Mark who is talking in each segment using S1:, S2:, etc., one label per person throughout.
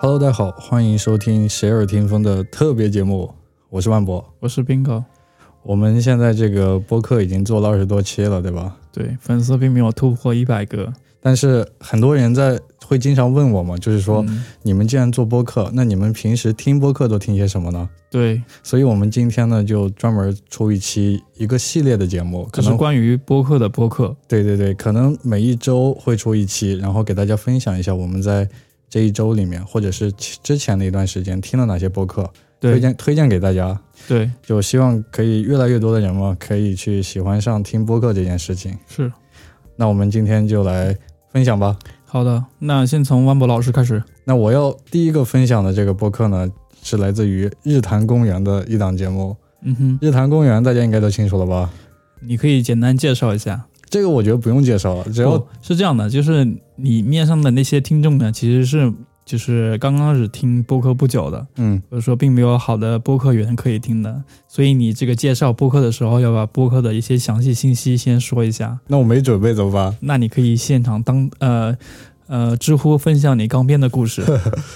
S1: Hello，大家好，欢迎收听《谁耳听风》的特别节目，我是万博。
S2: 我是 Bingo。
S1: 我们现在这个播客已经做了二十多期了，对吧？
S2: 对，粉丝并没有突破一百个。
S1: 但是很多人在会经常问我嘛，就是说、
S2: 嗯
S1: 你们既然做播客，那你们平时听播客都听些什么呢？
S2: 对，
S1: 所以我们今天呢就专门出一期一个系列的节目，可
S2: 这是
S1: 能
S2: 关于播客的播客。
S1: 对对对，可能每一周会出一期，然后给大家分享一下我们在这一周里面或者是其之前的一段时间听了哪些播客，推
S2: 对
S1: 荐推荐给大家。
S2: 对，
S1: 就希望可以越来越多的人嘛，可以去喜欢上听播客这件事情。
S2: 是
S1: 那我们今天就来分享吧。
S2: 好的。那先从万博老师开始。
S1: 那我要第一个分享的这个播客呢，是来自于日坛公园的一档节目。
S2: 嗯哼，
S1: 日坛公园大家应该都清楚了吧？
S2: 你可以简单介绍一下。
S1: 这个我觉得不用介绍了，只要、
S2: 不是这样的，就是你面上的那些听众呢，其实是就是刚刚是听播客不久的，
S1: 嗯，
S2: 或者说并没有好的播客源可以听的，所以你这个介绍播客的时候，要把播客的一些详细信息先说一下。
S1: 那我没准备怎么办？
S2: 那你可以现场当呃呃知乎分享你刚编的 故事。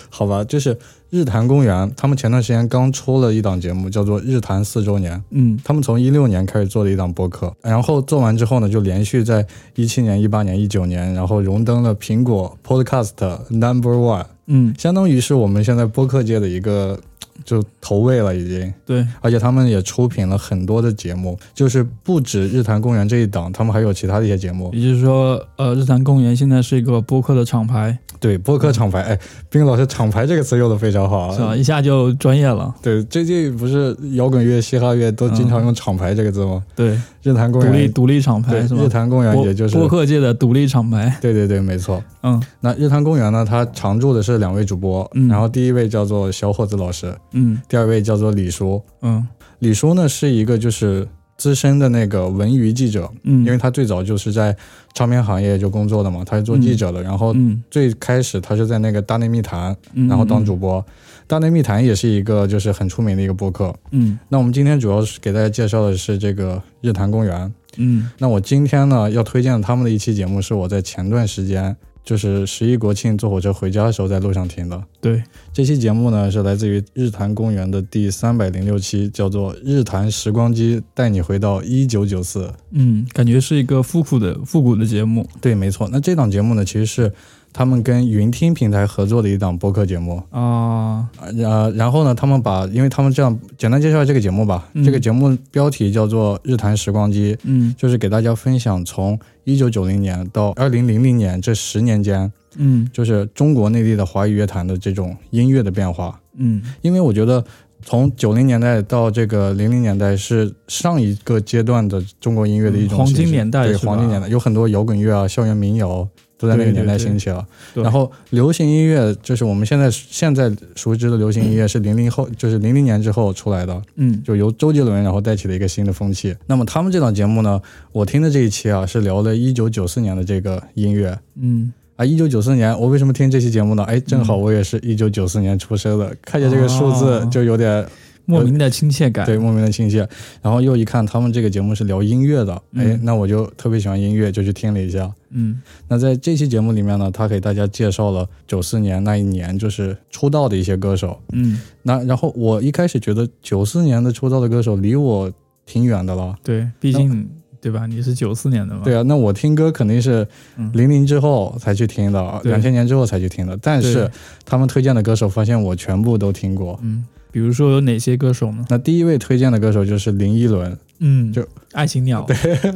S1: 好吧，就是日坛公园，他们前段时间刚出了一档节目，叫做《日坛四周年》。
S2: 嗯
S1: 他们从一六年开始做的一档播客，然后做完之后呢，就连续在一七年、一八年、一九年，然后荣登了苹果 Podcast Number One，
S2: 嗯，
S1: 相当于是我们现在播客界的一个就头位了已经。
S2: 对，
S1: 而且他们也出品了很多的节目，就是不止日坛公园这一档，他们还有其他的一些节目。
S2: 也就是说，呃，日坛公园现在是一个播客的厂牌，
S1: 对，播客厂牌，哎，冰老师“厂牌”这个词用的非常好
S2: 嗯是吧？
S1: 啊。
S2: 一下就专业了。
S1: 对，最近不是摇滚乐、嘻哈乐都经常用“厂牌”这个字吗？
S2: 对，
S1: 日坛公
S2: 嗯独立
S1: 园，
S2: 独立厂
S1: 对，
S2: 牌是吧
S1: 日？坛公园
S2: 播
S1: 也就是
S2: 播客界的独立厂牌。
S1: 对对对，没错。
S2: 嗯
S1: 那日坛公园呢，它常驻的是两位主播，
S2: 嗯
S1: 然后第一位叫做小伙子老师，
S2: 嗯
S1: 第二位叫做李叔。
S2: 嗯
S1: 李叔呢是一个就是资深的那个文娱记者，
S2: 嗯，
S1: 因为他最早就是在唱片行业就工作的嘛，他是做记者的，然后。
S2: 嗯
S1: 最开始他是在那个《大内密谈》，
S2: 嗯，
S1: 然后当主播，大内密谈》也是一个就是很出名的一个播客。
S2: 嗯
S1: 那我们今天主要是给大家介绍的是这个日坛公园，
S2: 嗯
S1: 那我今天呢要推荐他们的一期节目，是我在前段时间，就是十一国庆坐火车回家的时候在路上听的。
S2: 对，
S1: 这期节目呢是来自于日坛公园的第三百零六期，叫做《日坛时光机带你回到一九九四》。
S2: 嗯，感觉是一个复古的复古的节目。
S1: 对，没错。那这档节目呢，其实是他们跟云听平台合作的一档播客节目。
S2: 啊，
S1: 呃，然后呢，他们把，因为他们这样简单介绍这个节目吧。
S2: 嗯
S1: 这个节目标题叫做《日坛时光机》，
S2: 嗯
S1: 就是给大家分享从一九九零年到二零零零年这十年间，
S2: 嗯
S1: 就是中国内地的华语乐坛的这种音乐的变化。
S2: 嗯
S1: 因为我觉得从九零年代到这个零零年代是上一个阶段的中国音乐的一种
S2: 嗯黄
S1: 形式
S2: 金年代
S1: 对
S2: 是吧
S1: 黄金年代有很多摇滚乐啊、校园民谣都在那个年代兴起了。
S2: 对对对
S1: 然后流行音乐就是我们现在现在熟知的流行音乐是零零后，就是零零年之后出来的。
S2: 嗯
S1: 就由周杰伦然后带起了一个新的风气。那么他们这档节目呢，我听的这一期啊是聊了1994年的这个音乐
S2: 嗯，
S1: 啊，一九九四年我为什么听这期节目呢？哎，正好我也是一九九四年出生的，看见这个数字
S2: 哦
S1: 就有点、
S2: 莫名的亲切感。
S1: 对莫名的亲切。然后又一看他们这个节目是聊音乐的，哎，
S2: 嗯
S1: 那我就特别喜欢音乐，就去听了一下。
S2: 嗯
S1: 那在这期节目里面呢，他给大家介绍了九四年那一年就是出道的一些歌手。
S2: 嗯，
S1: 那然后我一开始觉得九四年的出道的歌手离我挺远的了。
S2: 对，毕
S1: 那
S2: 竟对吧？你是九四年的嘛？
S1: 对啊，那我听歌肯定是
S2: 嗯
S1: 零零之后才去听的，
S2: 对
S1: 两千年之后才去听的。但是他们推荐的歌手，发现我全部都听过。
S2: 嗯，比如说有哪些歌手呢？
S1: 那第一位推荐的歌手就是林依轮，
S2: 嗯，
S1: 就
S2: 爱情鸟，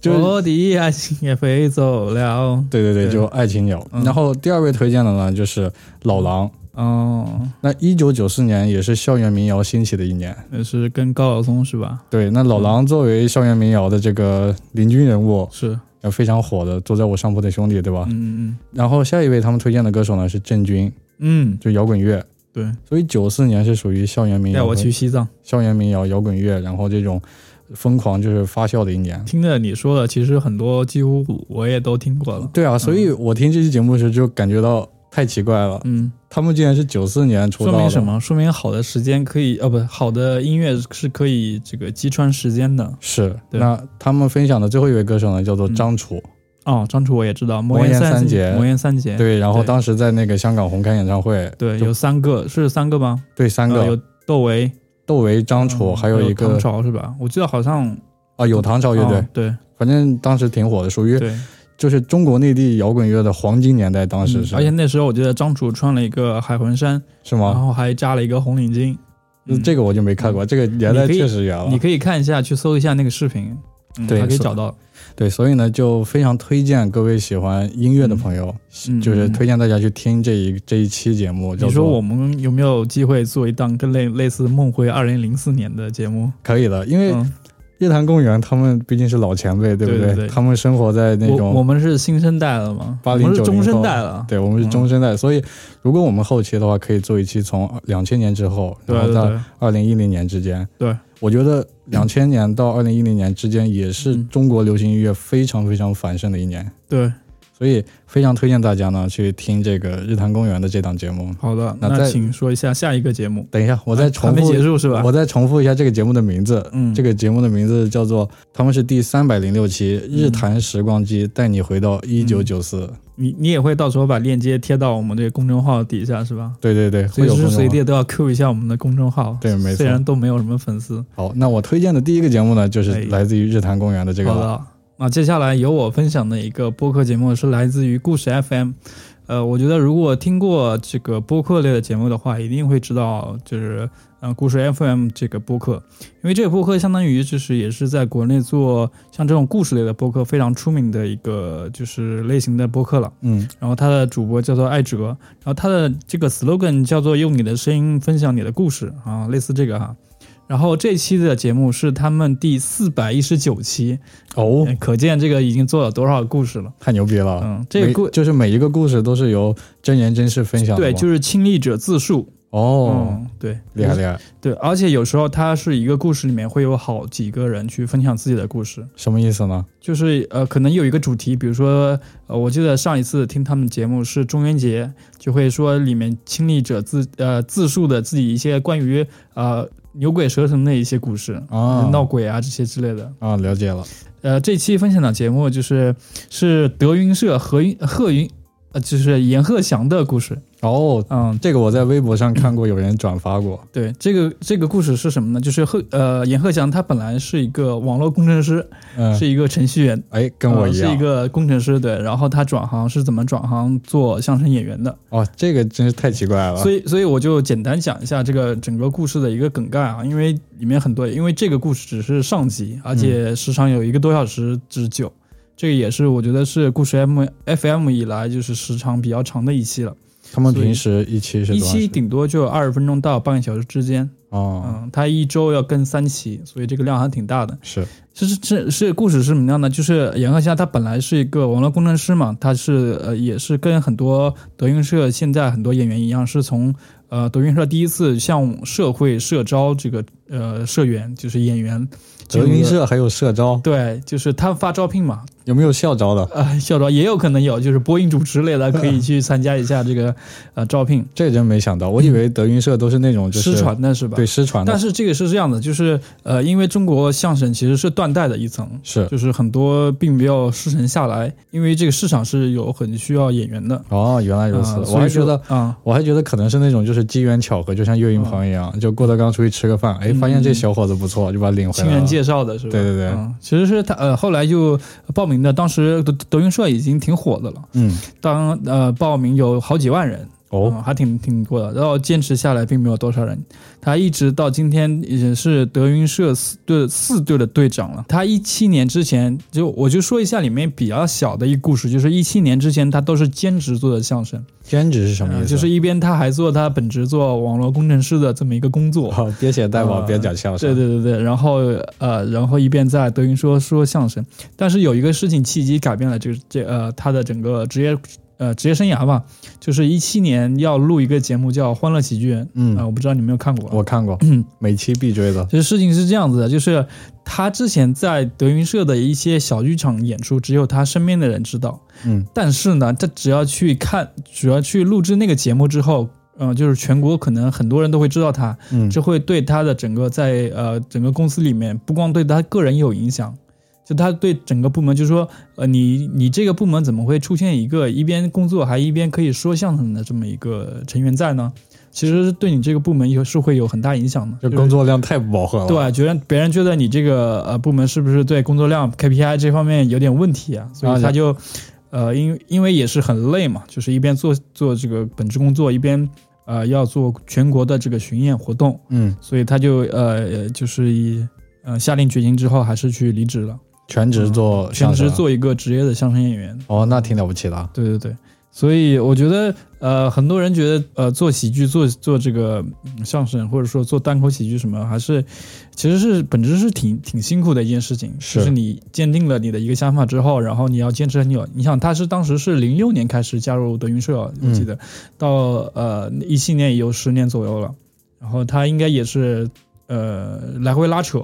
S1: 就是
S2: 我的爱情也飞走了。
S1: 对对对，
S2: 对
S1: 就爱情鸟。
S2: 嗯
S1: 然后第二位推荐的呢就是老狼。
S2: 哦，
S1: 那一九九四年也是校园民谣兴起的一年，
S2: 那是跟高晓松是吧？
S1: 对。那
S2: 嗯
S1: 老狼作为校园民谣的这个领军人物，
S2: 是，
S1: 呃非常火的，坐在我上铺的兄弟，对吧？
S2: 嗯嗯
S1: 然后下一位他们推荐的歌手呢是郑钧，
S2: 嗯，
S1: 就摇滚乐。
S2: 对，
S1: 所以九四年是属于校园民
S2: 带
S1: 谣
S2: 我
S1: 和
S2: 去西藏。
S1: 校园民谣、摇滚乐，然后这种疯狂就是发酵的一年。
S2: 听着你说的，其实很多几乎我也都听过了。
S1: 对啊，所以我听这期节目时就感觉到太奇怪了，
S2: 嗯，
S1: 他们竟然是九四年出
S2: 说
S1: 道的，
S2: 明什？么？说明好的时间可以，呃，不，好的音乐是可以这个击穿时间的。
S1: 是，
S2: 对嗯
S1: 那他们分享的最后一位歌手呢，叫做张楚。
S2: 哦，张楚我也知道，魔
S1: 魔岩
S2: 岩
S1: 三杰
S2: 魔岩三杰，
S1: 对，然后
S2: 对
S1: 当时在那个香港红磡演唱会，
S2: 对，
S1: 就
S2: 有三个是三个吗？
S1: 对三
S2: 呃有
S1: 个，
S2: 窦唯，
S1: 窦唯、张楚，
S2: 嗯
S1: 还有一
S2: 唐
S1: 个
S2: 朝是吧？我记得好像
S1: 啊，有唐朝乐队
S2: 哦，对
S1: 反正当时挺火的，属于
S2: 对，
S1: 就是中国内地摇滚乐的黄金年代，当时
S2: 嗯
S1: 哦是，
S2: 而且那时候我记得张楚穿了一个海魂衫，
S1: 是
S2: 然
S1: 吗？
S2: 后还扎了一个红领巾。嗯
S1: 这个我就没看过，这个年代
S2: 你可以
S1: 确实远了
S2: 你。可以看一下，去搜一下那个视频，嗯、
S1: 对
S2: 还可以
S1: 是的
S2: 找到。
S1: 对，所以呢，就非常推荐各位喜欢音乐的朋友，
S2: 嗯
S1: 就是推荐大家去听这一这一期节目。叫
S2: 你说
S1: 做
S2: 我们有没有机会做一档跟类类似《梦回二零零四年》的节目？
S1: 可以的，因为
S2: 嗯，
S1: 夜坛公园他们毕竟是老前辈，对不
S2: 对对对
S1: 他们生活在那
S2: 我
S1: 种
S2: 我们是新生代了吗？
S1: 80
S2: 我们是
S1: 90
S2: 中生
S1: 后
S2: 代了。
S1: 对，我们是中生代，
S2: 嗯
S1: 所以如果我们后期的话，可以做一期从两千年之后，
S2: 对
S1: 然后
S2: 对
S1: 到
S2: 对，
S1: 二零一零年之间。
S2: 对，
S1: 我觉得两千年到二零一零年之间也是
S2: 嗯
S1: 中国流行音乐非常非常繁盛的一年，
S2: 对，
S1: 所以非常推荐大家呢去听这个日坛公园的这档节目。
S2: 好的，
S1: 那
S2: 那
S1: 再
S2: 请说一下下一个节目。
S1: 等一下，我再
S2: 啊还
S1: 重
S2: 没
S1: 复
S2: 结，束是吧
S1: 我？再重复一下这个节目的名字。
S2: 嗯
S1: 这个节目的名字叫做他们是第三百零六期
S2: 嗯
S1: 《日坛时光机》，带你回到一九九四。
S2: 你你也会到时候把链接贴到我们这个公众号底下是吧？
S1: 对对对，会
S2: 随
S1: 有啊
S2: 时
S1: 公众
S2: 随
S1: 号
S2: 地都要 Q 一下我们的公众号，
S1: 对没错
S2: 虽然都没有什么粉丝。
S1: 好，那我推荐的第一个节目呢，就是
S2: 哎
S1: 来自于日坛公园的这个
S2: 好
S1: 了。
S2: 的，那接下来由我分享的一个播客节目是来自于故事 FM。呃，我觉得如果听过这个播客类的节目的话，一定会知道，就是呃，故事 FM 这个播客，因为这个播客相当于就是也是在国内做像这种故事类的播客非常出名的一个就是类型的播客了。
S1: 嗯，
S2: 然后他的主播叫做艾哲，然后他的这个 slogan 叫做“用你的声音分享你的故事”啊，类似这个哈。然后这期的节目是他们第四百一十九期，哎
S1: 哦，
S2: 可见这个已经做了多少故事了。
S1: 太牛逼了！
S2: 嗯，这个
S1: 每
S2: 故
S1: 就是每一个故事都是由真人真事分享的吗。
S2: 对就是亲历者自述。
S1: 哦，
S2: 嗯，对，
S1: 厉害厉害，
S2: 对，而且有时候它是一个故事里面会有好几个人去分享自己的故事。
S1: 什么意思呢？
S2: 就是呃，可能有一个主题，比如说，呃，我记得上一次听他们节目是中元节，就会说里面亲历者自呃自述的自己一些关于呃牛鬼蛇神的一些故事，
S1: 啊
S2: 闹鬼啊这些之类的。
S1: 啊，了解了。
S2: 呃，这期分享的节目就是是德云社何云贺云，呃，就是阎鹤祥的故事。
S1: 哦，
S2: 嗯，
S1: 这个我在微博上看过有人转发过。
S2: 对，这个这个故事是什么呢？就是贺呃阎鹤祥他本来是一个网络工程师，
S1: 嗯，
S2: 是一个程序员，
S1: 哎，跟我
S2: 呃
S1: 一
S2: 是一
S1: 样。
S2: 个工程师，对。然后他转行是怎么转行做相声演员的？
S1: 哦，这个真是太奇怪了。
S2: 所
S1: 以，
S2: 以，所以我就简单讲一下这个整个故事的一个梗概啊，因为里面很多，因为这个故事只是上集，
S1: 嗯
S2: 而且时长有一个多小时之久，这个也是我觉得是故事 M FM 以来就是时长比较长的一期了，
S1: 他们
S2: 所以
S1: 平时一期是
S2: 一
S1: 多少时
S2: 期顶多就二十分钟到半个小时之间，
S1: 哦，
S2: 嗯，它一周要更三期，所以这个量还挺大的。
S1: 是
S2: 是是是是，故事是什么样呢？就是严鹤霞他本来是一个网络工程师嘛，他是呃也是跟很多德云社现在很多演员一样，是从呃德云社第一次向社会社招这个呃社员，就是演员进
S1: 德
S2: 入了
S1: 云。社还有社招，
S2: 对，就是他发招聘嘛，
S1: 有没有校招的？
S2: 呃，校招也有可能有，就是播音主持类的可以去参加一下这个呃招聘，
S1: 这真没想到，我以为德云社都是那种就是
S2: 嗯失传的是吧？
S1: 对，失传的
S2: 但，是这个是这样的，就是呃，因为中国相声其实是断代的一层，
S1: 是
S2: 就是很多并没有师承下来，因为这个市场是有很需要演员的。
S1: 哦，原来如
S2: 嗯
S1: 此，我还觉得。
S2: 啊，
S1: 我还觉得可能是那种就是机缘巧合，就像岳云鹏一样，就郭德纲出去吃个饭，哎，
S2: 嗯
S1: 发现这小伙子不错，就把他领回
S2: 亲
S1: 来
S2: 人
S1: 了。
S2: 介绍的是吧？
S1: 对对对
S2: 嗯，其实是他呃后来就报名的，当时德德云社已经挺火的了，
S1: 嗯，
S2: 当呃报名有好几万人，
S1: 哦，
S2: 嗯还挺挺多的。然后坚持下来并没有多少人，他一直到今天也是德云社四队四队的队长了。他一七年之前就我就说一下里面比较小的一个故事，就是一七年之前他都是兼职做的相声，
S1: 兼职是什么意
S2: 呃
S1: 思？
S2: 就是一边他还做他本职做网络工程师的这么一个工作。
S1: 哦，别写代码，
S2: 呃
S1: 别讲相
S2: 对
S1: 声。
S2: 对对对，然后呃，然后一边在德云说说相声，但是有一个事情契机改变了这个这呃他的整个职业呃职业生涯吧，就是一七年要录一个节目叫《欢乐喜剧人》啊、
S1: 嗯，
S2: 我不知道你有没有看过啊。
S1: 我看过，每期必追的。
S2: 其实事情是这样子的，就是他之前在德云社的一些小剧场演出，只有他身边的人知道。
S1: 嗯，
S2: 但是呢，他只要去看，只要去录制那个节目之后，嗯、就是全国可能很多人都会知道他，
S1: 嗯，
S2: 这会对他的整个在呃整个公司里面，不光对他个人有影响，就他对整个部门就说，呃，你你这个部门怎么会出现一个一边工作还一边可以说相声的这么一个成员在呢？其实对你这个部门有是会有很大影响的，
S1: 这
S2: 就是
S1: 工作量太不饱和了。，
S2: 对，啊觉得别人觉得你这个呃部门是不是对工作量 KPI 这方面有点问题啊？所
S1: 啊
S2: 以他就，呃，因为因为也是很累嘛，就是一边做做这个本职工作，一边呃要做全国的这个巡演活动，
S1: 嗯，
S2: 所以他就呃就是以呃下定决心之后还是去离职了，
S1: 全职做
S2: 全
S1: 相声啊
S2: 职做一个职业的相声演员。
S1: 哦，那挺了不起的啊。
S2: 对对对，所以我觉得，呃，很多人觉得，呃，做喜剧、做做这个嗯相声，或者说做单口喜剧什么，还是其实是本质是挺挺辛苦的一件事情。
S1: 是
S2: 就是你坚定了你的一个想法之后，然后你要坚持很久。你想，他是当时是零六年开始加入德云社，我记
S1: 嗯
S2: 得、到呃一七年也有十年左右了。然后他应该也是呃来回拉扯，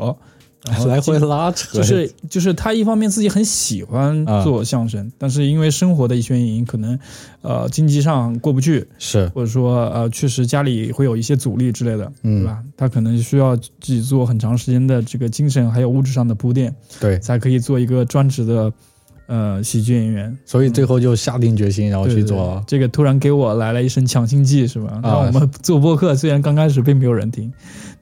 S2: 然后
S1: 来回拉扯，
S2: 就是就是他一方面自己很喜欢做相声，但是因为生活的一些原因，可能呃经济上过不去，
S1: 是，
S2: 或者说呃确实家里会有一些阻力之类的，对
S1: 嗯，
S2: 吧？他可能需要自己做很长时间的这个精神还有物质上的铺垫，
S1: 对，
S2: 才可以做一个专职的呃喜剧演员。
S1: 所以最后就下定决心，然后
S2: 对
S1: 哦去
S2: 对
S1: 做啊
S2: 对，这个突然给我来了一身强心剂，是吧？那我们做播客虽然刚开始并没有人听，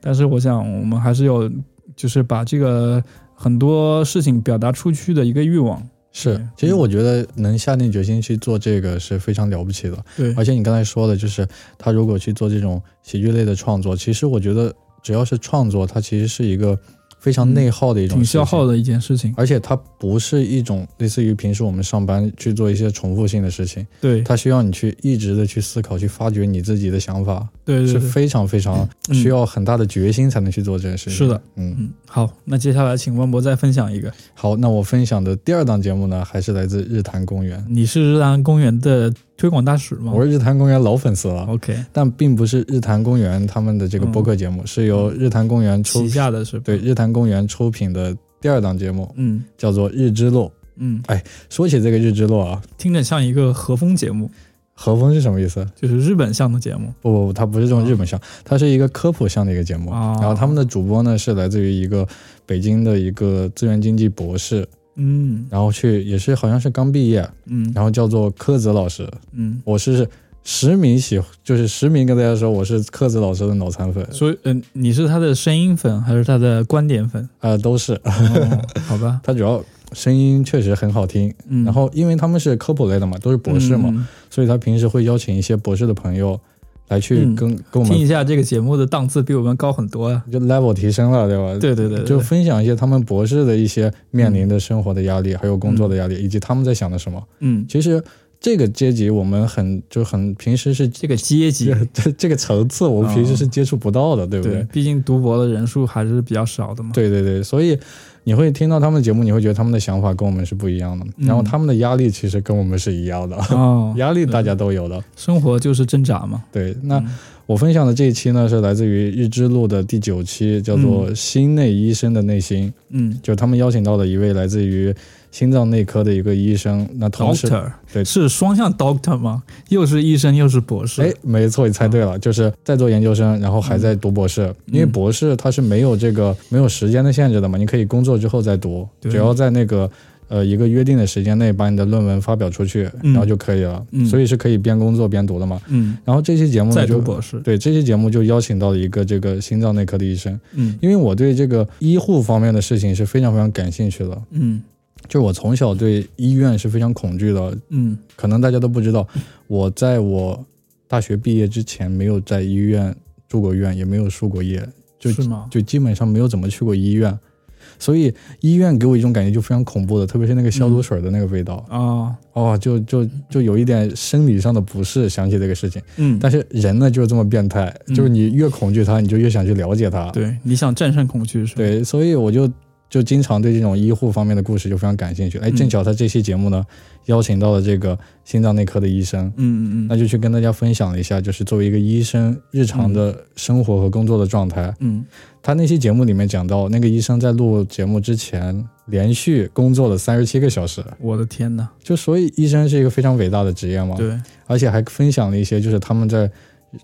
S2: 但是我想我们还是有，就是把这个很多事情表达出去的一个欲望。
S1: 是
S2: 对，
S1: 其实我觉得能下定决心去做这个是非常了不起的。
S2: 对
S1: 而且你刚才说的，就是他如果去做这种喜剧类的创作，其实我觉得只要是创作，它其实是一个非常内耗的一种
S2: 嗯挺
S1: 事情
S2: 消耗的一件事情。
S1: 而且它不是一种类似于平时我们上班去做一些重复性的事情，
S2: 对，
S1: 它需要你去一直的去思考，去发掘你自己的想法，
S2: 对对
S1: 是
S2: 对，
S1: 非常非常
S2: 嗯
S1: 需要很大的决心才能去做这件事情。
S2: 是的，
S1: 嗯，
S2: 嗯，好，那接下来请万博再分享一个。
S1: 好，那我分享的第二档节目呢，还是来自日坛公园。
S2: 你是日坛公园的推广大使吗？
S1: 我是日坛公园老粉丝了，
S2: OK，
S1: 但并不是日坛公园他们的这个播客节
S2: 嗯
S1: 目，是由日坛公园出
S2: 旗下的是吧
S1: 对，日坛公园出品的第二档节目，
S2: 嗯
S1: 叫做《日之落》。
S2: 嗯，
S1: 说起这个《日之落》啊，
S2: 听着像一个和风节目，
S1: 和风是什么意思？
S2: 就是日本向的节目。
S1: 不不不，它不是这种日本向，它是一个科普向的一个节目。
S2: 哦
S1: 然后他们的主播呢是来自于一个北京的一个资源经济博士，
S2: 嗯
S1: 然后去也是好像是刚毕业，
S2: 嗯
S1: 然后叫做柯子老师。
S2: 嗯，
S1: 我是实名喜，就是实名跟大家说，我是柯子老师的脑残粉，
S2: 所以，嗯、你是他的声音粉还是他的观点粉？
S1: 呃，都是。
S2: 哦、 好吧，
S1: 他主要声音确实很好听。
S2: 嗯，
S1: 然后因为他们是科普类的嘛，都是博士嘛，
S2: 嗯
S1: 所以他平时会邀请一些博士的朋友来去
S2: 嗯
S1: 跟、跟我
S2: 听
S1: 们
S2: 一下这个节目的档次比我们高很多呀、啊
S1: 就 level 提升了，对吧？
S2: 对对对对嗯
S1: 就
S2: 对
S1: 分享一些他们博士的一些面临的生活的压力，还有工作的压力，以及他们在想的什么。
S2: 嗯，
S1: 其实这个阶级我们很就很平时是
S2: 这个阶级，
S1: 这这个层次，我们平时是接触不到的，对不
S2: 嗯对，
S1: 对？
S2: 毕竟读博的人数还是比较少的嘛。，
S1: 对对对，所以你会听到他们的节目，你会觉得他们的想法跟我们是不一样的，
S2: 嗯
S1: 然后他们的压力其实跟我们是一样的。
S2: 哦，
S1: 压力大家都有的。
S2: 生活就是挣扎嘛。
S1: 对，那
S2: 嗯
S1: 我分享的这一期呢，是来自于日之路的第九期，叫做《心内医生的内心》，
S2: 嗯
S1: 就他们邀请到了一位来自于心脏内科的一个医生，那同时。
S2: ，Doctor
S1: 对
S2: 是双向 Doctor 吗？又是医生又是嗯博士。
S1: 哎，没错，你猜对了，就是在做研究生，然后还在读博士，
S2: 嗯
S1: 因为博士它是没有这个没有时间的限制的嘛，你可以工作之后再读，
S2: 对
S1: 只要在那个呃一个约定的时间内把你的论文发表出去，
S2: 嗯
S1: 然后就可以了，
S2: 嗯
S1: 所以是可以边工作边读的嘛。
S2: 嗯，
S1: 然后这期节目呢
S2: 在
S1: 就
S2: 读博士。
S1: 对这期节目就邀请到了一个这个心脏内科的医生，
S2: 嗯
S1: 因为我对这个医护方面的事情是非常非常感兴趣的，
S2: 嗯
S1: 就是我从小对医院是非常恐惧的，
S2: 嗯
S1: 可能大家都不知道，我在我大学毕业之前没有在医院住过院，也没有输过液，就是
S2: 吗？
S1: 就基本上没有怎么去过医院，所以医院给我一种感觉就非常恐怖的，特别是那个消毒水的那个味道，
S2: 哦，
S1: 哦，就就就有一点生理上的不适，想起这个事情。
S2: 嗯，
S1: 但是人呢就是这么变态，
S2: 嗯
S1: 就是你越恐惧它，你就越想去了解它。
S2: 对，你想战胜恐惧是吧？，
S1: 对所以我就就经常对这种医护方面的故事就非常感兴趣。哎，
S2: 嗯
S1: 正巧他这期节目呢邀请到了这个心脏内科的医生，
S2: 嗯嗯
S1: 那
S2: 嗯
S1: 就去跟大家分享了一下，就是作为一个医生日常的生活和工作的状态。
S2: 嗯，
S1: 他那期节目里面讲到，那个医生在录节目之前连续工作了三十七个小时，
S2: 我的天
S1: 啊
S2: 呐，
S1: 就所以医生是一个非常伟大的职业嘛。
S2: 对，
S1: 而且还分享了一些就是他们在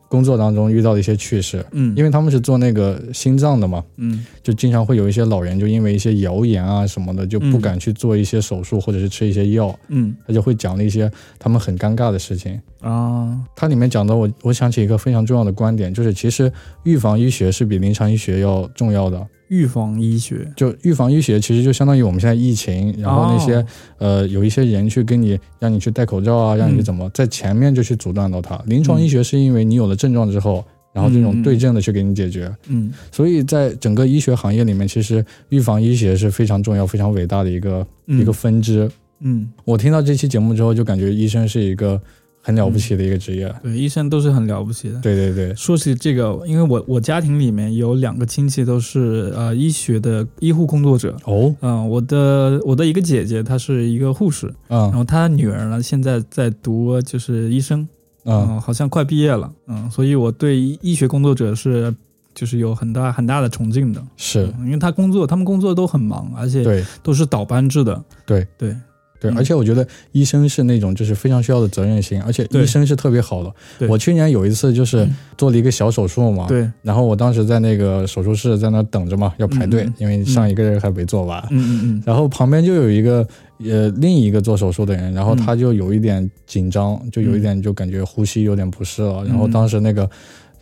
S1: 工作当中遇到的一些趣事。
S2: 嗯，
S1: 因
S2: 为
S1: 为他们是做那个心脏的嘛，
S2: 嗯
S1: 就经常会有一些老人就因为一些谣言啊什么的，就不
S2: 嗯
S1: 敢去做一些手术或者是吃一些药，
S2: 嗯
S1: 他就会讲了一些他们很尴尬的事情。
S2: 啊，
S1: 它里面讲的我，我想起一个非常重要的观点，就是其实预防医学是比临床医学要重要的。
S2: 预防医学，
S1: 就预防医学其实就相当于我们现在疫情，然后那些、
S2: 哦
S1: 呃有一些人去跟你让你去戴口罩啊，让你去
S2: 嗯
S1: 怎么、在前面就去阻断到它。临床
S2: 嗯
S1: 医学是因为你有了症状之后，然后这
S2: 嗯嗯
S1: 种
S2: 嗯
S1: 对症的去给你解决。
S2: 嗯
S1: 所以在整个医学行业里面，其实预防医学是非常重要、非常伟大的一个、
S2: 嗯
S1: 一个分支。
S2: 嗯，
S1: 我听到这期节目之后，就感觉医生是一个很了不起
S2: 嗯
S1: 的一个职业。
S2: 对，医生都是很了不起的。
S1: 对对对，
S2: 说起这个，因为我我家庭里面有两个亲戚都是呃医学的医护工作者，
S1: 哦，
S2: 嗯、我的我的一个姐姐她是一个护士，然
S1: 嗯
S2: 后她女儿呢现在在读就是医生，
S1: 嗯
S2: 嗯，好像快毕业了，嗯，所以我对医医学工作者是就是有很大很大的崇敬的，
S1: 是
S2: 嗯，因为他工作，他们工作都很忙，而且
S1: 对
S2: 都是倒班制的，
S1: 对
S2: 对
S1: 对，
S2: 嗯
S1: 而且我觉得医生是那种就是非常需要的责任心，而且
S2: 对
S1: 医生是特别好的。
S2: 对
S1: 我去年有一次就是
S2: 嗯
S1: 做了一个小手术嘛，
S2: 对，
S1: 然后我当时在那个手术室在那等着嘛，要排队，
S2: 嗯嗯
S1: 因为上一个人还没做完。
S2: 嗯 嗯嗯
S1: 然后旁边就有一个呃另一个做手术的人，然
S2: 嗯
S1: 后他就有一点紧张，就有一点就感觉呼吸有点不适了。然
S2: 嗯
S1: 后当时那个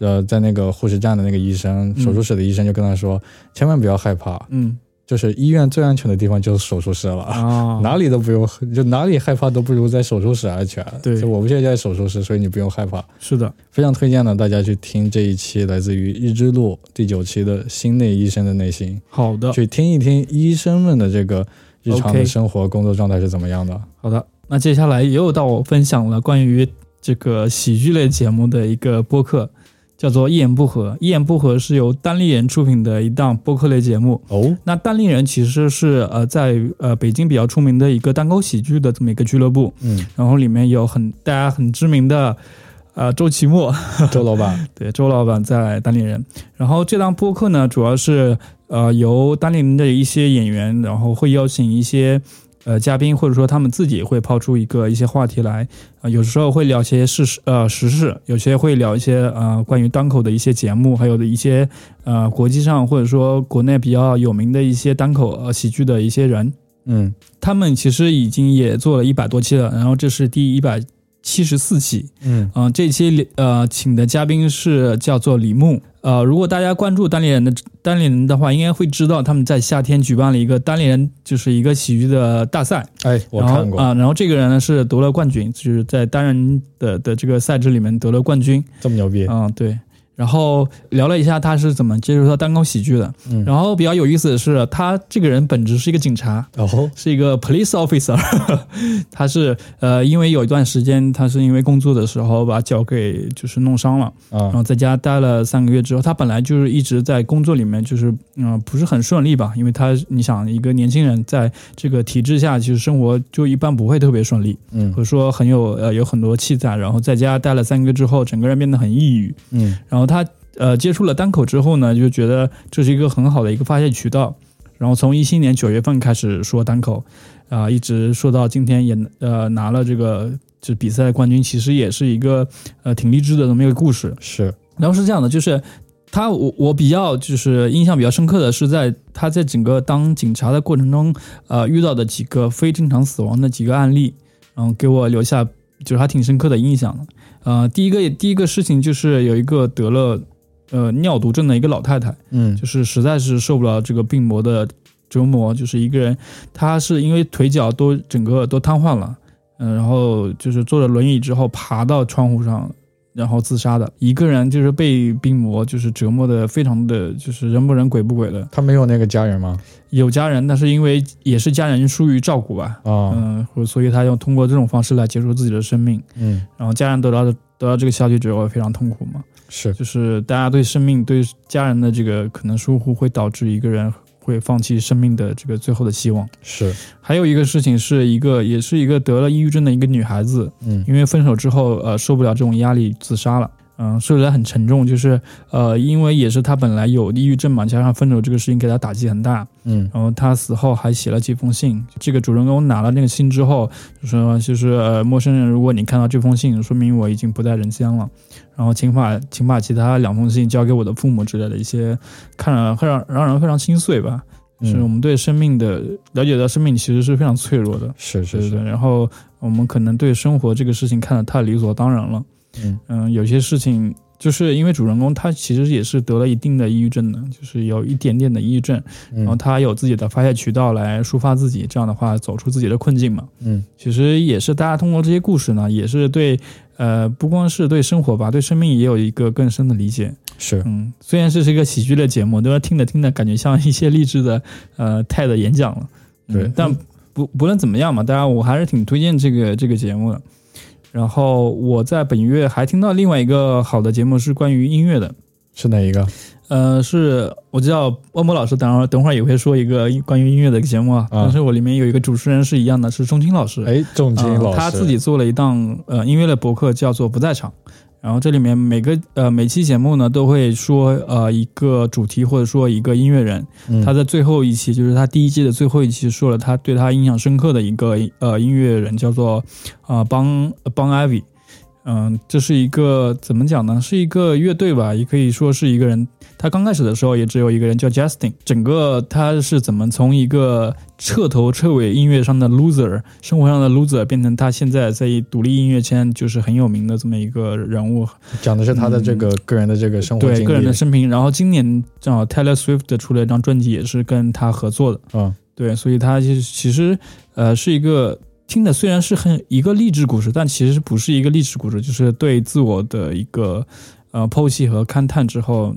S1: 呃在那个护士站的那个医生，
S2: 嗯
S1: 手术室的医生就跟他说，千万不要害怕，
S2: 嗯
S1: 就是医院最安全的地方就是手术室了。
S2: 啊，
S1: 哪里都不用，就哪里害怕都不如在手术室安全。
S2: 对
S1: 就我们现在在手术室，所以你不用害怕。
S2: 是的，
S1: 非常推荐呢，大家去听这一期来自于日之路第九期的心内医生的内心。
S2: 好的
S1: 去听一听医生们的这个日常的
S2: 哦 OK
S1: 生活、工作状态是怎么样的。
S2: 好的，那接下来又到我分享了关于这个喜剧类节目的一个播客，叫做《一言不合》，《一言不合》是由单立人出品的一档播客类节目，
S1: 哦，
S2: 那单立人其实是呃在呃北京比较出名的一个单口喜剧的这么一个俱乐部，
S1: 嗯，
S2: 然后里面有很大家很知名的呃周奇墨，
S1: 周老板，
S2: 对周老板在单立人，然后这档播客呢主要是呃由单立人的一些演员，然后会邀请一些。呃，嘉宾或者说他们自己会抛出一个一些话题来，呃，有时候会聊些事实呃时事，有些会聊一些呃关于单口的一些节目，还有的一些呃国际上或者说国内比较有名的一些单口呃喜剧的一些人，
S1: 嗯，
S2: 他们其实已经也做了一百多期了，然后这是第一百七十四期，
S1: 嗯，
S2: 嗯、这期里呃请的嘉宾是叫做李牧。呃，如果大家关注单立人的单立人的话，应该会知道他们在夏天举办了一个单立人，就是一个喜剧的大赛。
S1: 哎，我看过，
S2: 然后啊、然后这个人呢是得了冠军，就是在单人的的这个赛制里面得了冠军。
S1: 这么牛逼，
S2: 嗯，对。然后聊了一下他是怎么接触到单口喜剧的。
S1: 嗯
S2: 然后比较有意思的是，他这个人本质是一个警察，
S1: 哦，
S2: 是一个 police officer 。他是呃，因为有一段时间，他是因为工作的时候把脚给就是弄伤了，然
S1: 啊，
S2: 后在家待了三个月之后，他本来就是一直在工作里面就是嗯、呃不是很顺利吧，因为他你想一个年轻人在这个体制下，其实生活就一般不会特别顺利，
S1: 嗯
S2: 或者说很有呃有很多气在，然后在家待了三个月之后，整个人变得很抑郁。
S1: 嗯
S2: 然后他呃接触了单口之后呢，就觉得这是一个很好的一个发泄渠道。然后从一七年九月份开始说单口，啊、一直说到今天也呃拿了这个就比赛冠军，其实也是一个呃挺励志的这么一个故事。
S1: 是，
S2: 然后是这样的，就是他我我比较就是印象比较深刻的是在他在整个当警察的过程中，呃遇到的几个非正常死亡的几个案例，然后给我留下就是还挺深刻的印象的。呃，第一个第一个事情就是有一个得了呃尿毒症的一个老太太，
S1: 嗯
S2: 就是实在是受不了这个病魔的折磨，就是一个人，她是因为腿脚都整个都瘫痪了，嗯，然后就是坐着轮椅之后爬到窗户上，然后自杀的，一个人就是被病魔就是折磨的非常的就是人不人鬼不鬼的，
S1: 他没有那个家人吗？
S2: 有家人，但是因为也是家人疏于照顾吧，
S1: 啊，
S2: 嗯，或所以他要通过这种方式来结束自己的生命，
S1: 嗯，
S2: 然后家人得到的得到这个消息之后非常痛苦嘛。
S1: 是，
S2: 就是大家对生命、对家人的这个可能疏忽，会导致一个人会放弃生命的这个最后的希望。
S1: 是，
S2: 还有一个事情是一个，也是一个得了抑郁症的一个女孩子，
S1: 嗯
S2: 因为分手之后，呃，受不了这种压力自杀了。嗯，说起来很沉重，就是呃，因为也是他本来有抑郁症嘛，加上分手这个事情给他打击很大，
S1: 嗯
S2: 然后他死后还写了几封信。这个主人公拿了那个信之后，就说就是呃，陌生人，如果你看到这封信，说明我已经不在人间了。然后请把请把其他两封信交给我的父母之类的一些，看了会让让人非常心碎吧。
S1: 嗯
S2: 是我们对生命的了解到，生命其实是非常脆弱的。
S1: 是
S2: 对
S1: 是
S2: 对
S1: 是，
S2: 对，然后我们可能对生活这个事情看得太理所当然了。
S1: 嗯
S2: 嗯，有些事情就是因为主人公他其实也是得了一定的抑郁症的，就是有一点点的抑郁症，然后
S1: 嗯
S2: 他有自己的发泄渠道来抒发自己，这样的话走出自己的困境嘛。
S1: 嗯
S2: 其实也是大家通过这些故事呢，也是对呃不光是对生活吧，对生命也有一个更深的理解。
S1: 是
S2: 嗯，虽然是是一个喜剧类节目，但是听着听着感觉像一些励志的呃泰的演讲了。嗯
S1: 对
S2: 但不不论怎么样嘛，当然我还是挺推荐这个这个节目的。然后我在本月还听到另外一个好的节目是关于音乐的，
S1: 是哪一个？
S2: 呃，是我知道万波老师等会儿等会儿也会说一个关于音乐的节目啊，
S1: 啊
S2: 但是我里面有一个主持人是一样的，是钟青老师。
S1: 哎，仲金
S2: 嗯
S1: 老师，
S2: 他自己做了一档呃音乐类博客，叫做《不在场》。然后这里面每个呃每期节目呢都会说呃一个主题或者说一个音乐人，
S1: 嗯
S2: 他在最后一期就是他第一季的最后一期说了他对他印象深刻的一个呃音乐人叫做呃邦邦艾维，嗯，这是一个怎么讲呢？是一个乐队吧，也可以说是一个人。他刚开始的时候也只有一个人叫 Justin，整个他是怎么从一个彻头彻尾音乐上的 loser，生活上的 loser，变成他现在在独立音乐圈就是很有名的这么一个人物，
S1: 讲的是他的这个个人的这个生活
S2: 嗯对
S1: 经
S2: 个人
S1: 历
S2: 的，生平。然后今年正好 Taylor Swift 出了一张专辑，也是跟他合作的。
S1: 嗯
S2: 对，所以它其实其实呃是一个听的虽然是很一个励志故事，但其实不是一个励志故事，就是对自我的一个呃剖析和勘探之后，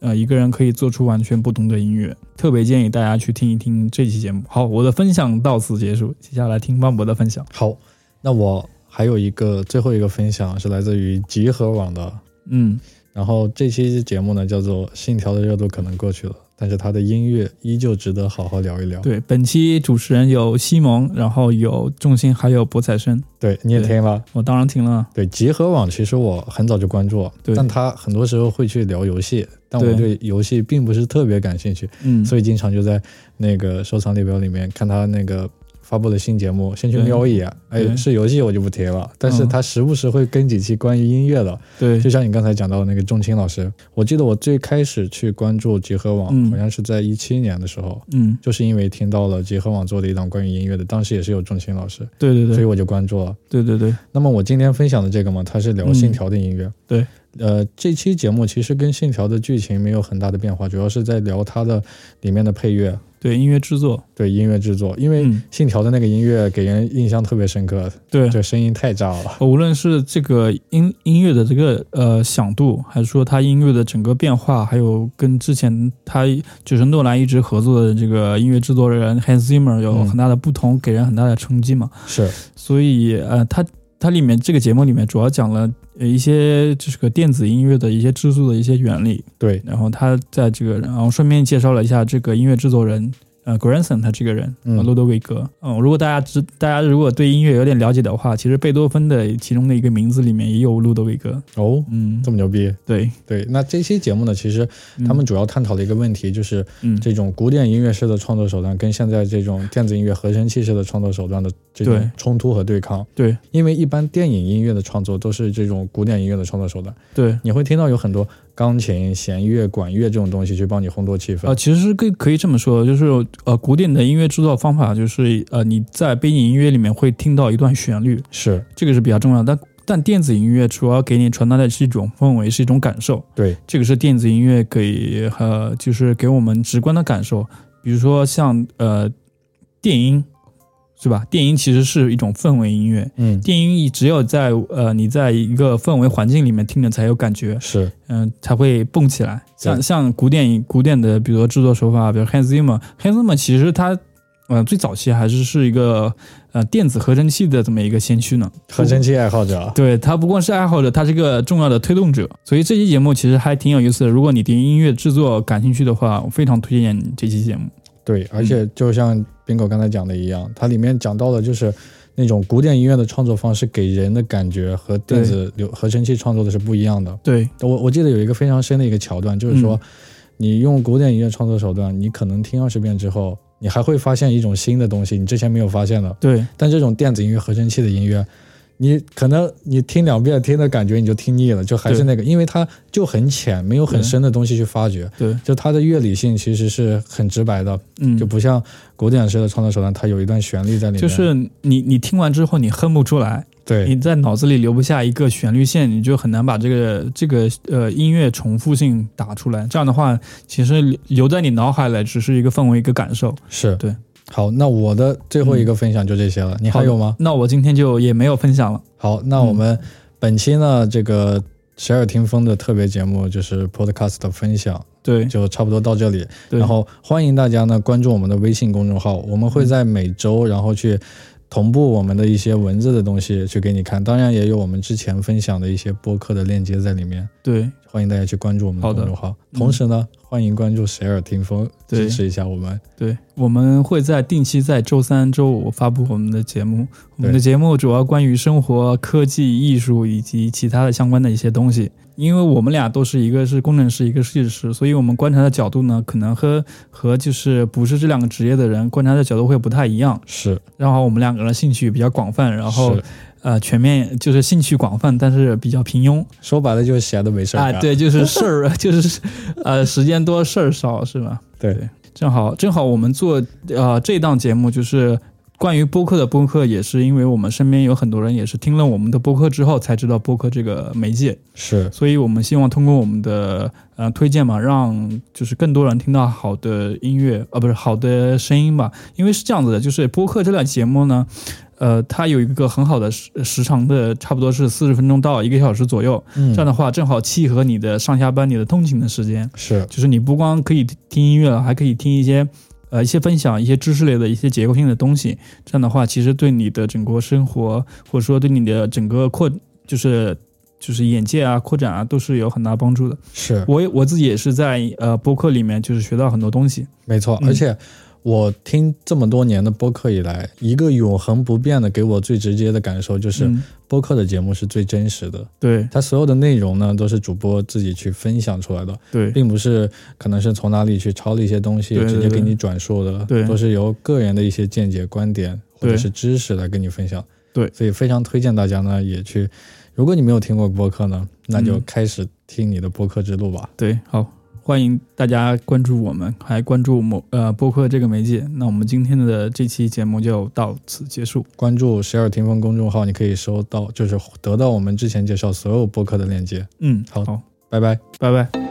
S2: 呃一个人可以做出完全不同的音乐。特别建议大家去听一听这期节目。好，我的分享到此结束，接下来听万博的分享。
S1: 好，那我还有一个最后一个分享是来自于集合网的，
S2: 嗯，
S1: 然后这期节目呢叫做《信条的热度可能过去了》，但是它的音乐依旧值得好好聊一聊。
S2: 对，本期主持人有西蒙，然后有重心，还有博彩生。
S1: 对，你也
S2: 对
S1: 听了。
S2: 我当然听了，啊
S1: 对集合网，其实我很早就关注，
S2: 对
S1: 但他很多时候会去聊游戏，但我
S2: 对
S1: 对游戏并不是特别感兴趣，
S2: 嗯，
S1: 所以经常就在那个收藏列表里面看他那个发布的新节目，先去
S2: 对
S1: 瞄一眼。哎，
S2: 对
S1: 是游戏我就不提了，但是
S2: 嗯
S1: 他时不时会跟几期关于音乐的，
S2: 对
S1: 就，像你刚才讲到的那个仲青老师，我记得我最开始去关注集合网，
S2: 嗯
S1: 好像是在一七年的时候。
S2: 嗯，
S1: 就是因为听到了集合网做的一档关于音乐的，当时也是有仲青老师，
S2: 对对
S1: 所以
S2: 对，
S1: 我就关注了。
S2: 对对对，
S1: 那么我今天分享的这个嘛，它是聊
S2: 嗯
S1: 信条的音乐。
S2: 对，
S1: 呃，这期节目其实跟信条的剧情没有很大的变化，主要是在聊它的里面的配乐，
S2: 对音乐制作，
S1: 对音乐制作，因为
S2: 嗯，
S1: 信条的那个音乐给人印象特别深刻，
S2: 对，
S1: 这声音太炸了。
S2: 呃无论是这个音音乐的这个呃响度，还是说它音乐的整个变化，还有跟之前他就是诺兰一直合作的这个音乐制作人 Hans Zimmer 有
S1: 嗯
S2: 很大的不同，给人很大的冲击嘛。
S1: 是，
S2: 所以呃，它它里面这个节目里面主要讲了呃一些这个电子音乐的一些制作的一些原理，
S1: 对，
S2: 然后他在这个，然后顺便介绍了一下这个音乐制作人。呃，Granson 他这个人，
S1: 嗯
S2: 呃罗德维格，嗯，如果大家知，大家如果对音乐有点了解的话，其实贝多芬的其中的一个名字里面也有路德维格，
S1: 哦，
S2: 嗯
S1: 这，么牛逼。
S2: 对，
S1: 对，那这期节目呢，其实
S2: 嗯
S1: 他们，主要探讨的一个问题就是
S2: 嗯，
S1: 这种古典音乐式的创作手段跟现在这种电子音乐合成器式的创作手段的这种
S2: 对
S1: 冲突和对抗。
S2: 对
S1: 因为一般电影音乐的创作都是这种古典音乐的创作手段，
S2: 对，
S1: 你会听到有很多钢琴、弦乐、管乐这种东西去帮你烘托气氛。
S2: 呃，其实是可以可以这么说，就是呃，古典的音乐制作方法就是呃，你在背景音乐里面会听到一段旋律，
S1: 是
S2: 这个是比较重要的，但但电子音乐主要给你传达的是一种氛围，是一种感受，
S1: 对，
S2: 这个是电子音乐给呃，就是给我们直观的感受。比如说像呃电音，是吧？电音其实是一种氛围音乐，
S1: 嗯，
S2: 电音只有在呃你在一个氛围环境里面听着才有感觉，
S1: 是
S2: 嗯、才会蹦起来。像
S1: 对
S2: 像古典古典的，比如说制作手法，比如 Hans Zimmer，Hans Zimmer 其实他呃最早期还是是一个呃电子合成器的这么一个先驱呢。
S1: 合成器爱好者。
S2: 对他不光是爱好者，他是个重要的推动者。所以这期节目其实还挺有意思的。如果你对音乐制作感兴趣的话，我非常推荐这期节目。
S1: 对，而且就像 Bingo 刚才讲的一样，它里面讲到的就是。那种古典音乐的创作方式给人的感觉和电子流合成器创作的是不一样的。
S2: 对，
S1: 我我记得有一个非常深的一个桥段，就是说，你用古典音乐创作手段，你可能听二十遍之后，你还会发现一种新的东西，你之前没有发现的。
S2: 对，
S1: 但这种电子音乐合成器的音乐，你可能你听两遍听的感觉你就听腻了，就还是那个，因为它就很浅，没有很深的东西去发掘，
S2: 对，
S1: 就它的乐理性其实是很直白的，
S2: 嗯，
S1: 就不像古典式的创作手段，它有一段旋律在里面。
S2: 就是你你听完之后你哼不出来，
S1: 对
S2: 你在脑子里留不下一个旋律线，你就很难把这个这个呃音乐重复性打出来。这样的话，其实留留在你脑海里只是一个氛围、一个感受。
S1: 是，
S2: 对。嗯
S1: 好，那我的最后一个分享就这些了，你还有吗？
S2: 那我今天就也没有分享了。
S1: 好，那
S2: 嗯
S1: 我们本期呢，这个洗耳听风的特别节目就是 Podcast 的分享，
S2: 对，
S1: 就差不多到这里。
S2: 对
S1: 然后欢迎大家呢关注我们的微信公众号，我们
S2: 嗯
S1: 会在每周然后去同步我们的一些文字的东西去给你看，当然也有我们之前分享的一些播客的链接在里面，
S2: 对
S1: 欢迎大家去关注我们的
S2: 好的
S1: 公众号。
S2: 嗯
S1: 同时呢，欢迎关注谁耳听风，
S2: 对
S1: 支持一下我们。
S2: 对，我们会在定期在周三、周五发布我们的节目。我们的节目主要关于生活、科技、艺术以及其他的相关的一些东西。因为我们俩都是一个是工程师，一个是设计师，所以我们观察的角度呢，可能和和就是不是这两个职业的人观察的角度会不太一样。
S1: 是，
S2: 然后我们两个人兴趣比较广泛，然后
S1: 是
S2: 呃全面就是兴趣广泛，但是比较平庸
S1: 说白了就是闲的没事儿
S2: 啊。
S1: 干。
S2: 对，就是事儿就是呃时间多事儿少是吧？
S1: 对
S2: 对正好正好我们做呃这档节目就是。关于播客的播客，也是因为我们身边有很多人也是听了我们的播客之后才知道播客这个媒介，
S1: 是
S2: 所以我们希望通过我们的呃推荐嘛，让就是更多人听到好的音乐，呃，不是好的声音吧。因为是这样子的，就是播客这档节目呢，呃，它有一个很好的时时长的，差不多是四十分钟到一个小时左右。
S1: 嗯
S2: 这样的话，正好契合你的上下班、你的通勤的时间。
S1: 是
S2: 就是你不光可以听音乐了，还可以听一些呃一些分享、一些知识类的一些结构性的东西。这样的话，其实对你的整个生活，或者说对你的整个扩，就是就是眼界啊、扩展啊，都是有很大帮助的。
S1: 是，
S2: 我也我自己也是在呃播客里面就是学到很多东西。
S1: 没错，
S2: 嗯
S1: 而且我听这么多年的播客以来，一个永恒不变的给我最直接的感受就是，
S2: 嗯
S1: 播客的节目是最真实的，
S2: 对
S1: 它所有的内容呢都是主播自己去分享出来的，
S2: 对
S1: 并不是可能是从哪里去抄了一些东西
S2: 对对
S1: 直接给
S2: 对
S1: 你转述的，
S2: 对
S1: 都是由个人的一些见解、观点或者
S2: 对
S1: 是知识来跟你分享。
S2: 对
S1: 所以非常推荐大家呢也去，如果你没有听过播客呢，那就
S2: 嗯
S1: 开始听你的播客之路吧。
S2: 对，好。欢迎大家关注我们，还关注某呃播客这个媒介。那我们今天的这期节目就到此结束。
S1: 关注“十二听风”公众号，你可以收到，就是得到我们之前介绍所有播客的链接。
S2: 嗯，
S1: 好
S2: 好，
S1: 拜拜。
S2: 拜拜。